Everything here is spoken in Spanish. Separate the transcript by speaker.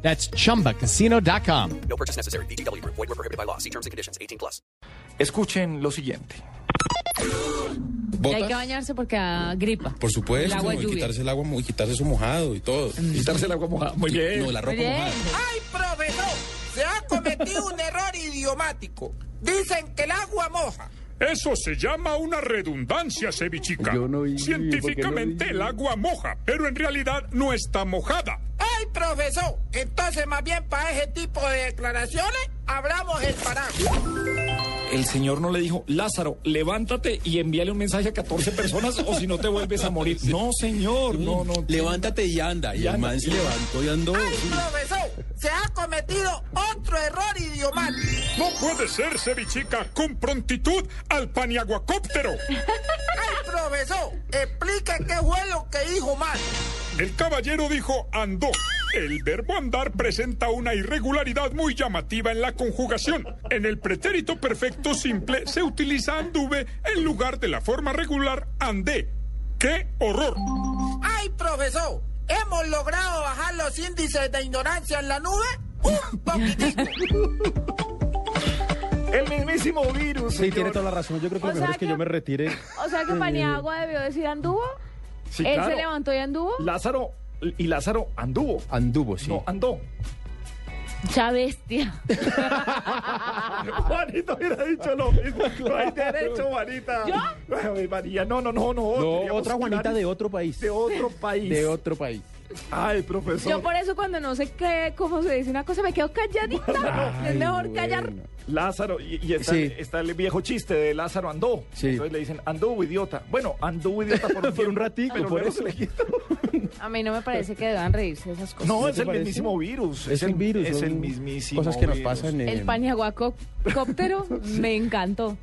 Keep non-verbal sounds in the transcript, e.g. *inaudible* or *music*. Speaker 1: That's chumbacasino.com.
Speaker 2: No purchase necessary. BGW. Void were prohibited by law. See terms and conditions. 18 plus.
Speaker 3: Escuchen lo siguiente.
Speaker 4: Y hay que
Speaker 5: botas,
Speaker 4: bañarse porque da gripa.
Speaker 5: por
Speaker 4: El
Speaker 5: supuesto,
Speaker 4: agua
Speaker 5: y
Speaker 4: lluvia.
Speaker 5: quitarse el agua mo- y quitarse eso mojado y todo.
Speaker 3: Mm. Quitarse el agua mojada. Muy bien.
Speaker 5: No, la ropa
Speaker 4: Bien.
Speaker 5: mojada.
Speaker 6: ¡Ay, profesor! Se ha cometido un error idiomático. Dicen que el agua moja.
Speaker 7: Eso se llama una redundancia, cevichica.
Speaker 3: Yo no vi, porque
Speaker 7: Científicamente
Speaker 3: no vi.
Speaker 7: el agua moja, pero en realidad no está mojada.
Speaker 6: ¡Ay, profesor! Entonces, más bien para ese tipo de declaraciones, abramos el paraguas.
Speaker 3: El señor no le dijo, Lázaro, levántate y envíale un mensaje a 14 personas o si no te vuelves a *laughs* morir. No, señor, no, no.
Speaker 5: Levántate y anda. Y,
Speaker 3: Y
Speaker 5: el
Speaker 3: anda,
Speaker 5: man se
Speaker 3: y-
Speaker 5: levantó y andó.
Speaker 6: ¡Ay, profesor! Se ha cometido otro error idiomático.
Speaker 7: No puede ser, cevichica, con prontitud al paniaguacóptero.
Speaker 6: ¡Ay, profesor! Explique qué fue lo que dijo mal.
Speaker 7: El caballero dijo andó. El verbo andar presenta una irregularidad muy llamativa en la conjugación. En el pretérito perfecto simple se utiliza anduve en lugar de la forma regular andé. ¡Qué horror!
Speaker 6: ¡Ay, profesor! Hemos logrado bajar los índices de ignorancia en la nube un poquitico.
Speaker 3: El mismísimo virus.
Speaker 8: Sí, tiene toda la razón. Yo creo que
Speaker 4: O
Speaker 8: lo mejor
Speaker 4: sea
Speaker 8: es que,
Speaker 4: que-
Speaker 8: yo me Eh, retire.
Speaker 4: O sea que Paniagua debió decir anduvo.
Speaker 3: Sí,
Speaker 4: Él
Speaker 3: claro.
Speaker 4: se levantó y anduvo.
Speaker 3: Lázaro, y Lázaro anduvo.
Speaker 8: Anduvo, sí.
Speaker 3: No, andó.
Speaker 4: Cha bestia. Ah.
Speaker 3: Juanito hubiera dicho lo
Speaker 4: *laughs*
Speaker 3: mismo. No hay derecho, Juanita.
Speaker 4: ¿Yo?
Speaker 3: Ay, María, no, no, no, no.
Speaker 8: no,
Speaker 3: teníamos
Speaker 8: otra
Speaker 3: que
Speaker 8: Juanita
Speaker 3: hablar
Speaker 8: de otro país.
Speaker 3: de otro país.
Speaker 8: De otro país.
Speaker 3: Ay, profesor.
Speaker 4: Yo por eso cuando no sé qué, cómo se dice una cosa, me quedo
Speaker 8: *laughs*
Speaker 4: calladita. es mejor
Speaker 8: bueno.
Speaker 4: callar.
Speaker 3: Lázaro, y, y está,
Speaker 8: Sí.
Speaker 3: está el viejo chiste de Lázaro andó.
Speaker 8: Sí.
Speaker 3: Entonces le dicen, anduvo idiota. Bueno, anduvo *laughs* idiota por un,
Speaker 8: Por un
Speaker 3: tiempo,
Speaker 8: ratico,
Speaker 3: pero
Speaker 8: por
Speaker 3: luego
Speaker 8: eso.
Speaker 3: se le quita.
Speaker 4: A mí no me parece que deban reírse esas cosas.
Speaker 3: No,
Speaker 8: ¿No
Speaker 3: es
Speaker 8: te
Speaker 3: el
Speaker 8: parece?
Speaker 3: mismísimo virus.
Speaker 8: Es el virus.
Speaker 3: Es
Speaker 8: son
Speaker 3: el mismísimo
Speaker 8: Cosas que nos
Speaker 3: virus.
Speaker 8: pasan. eh, *laughs*
Speaker 4: El paniaguacóptero me encantó.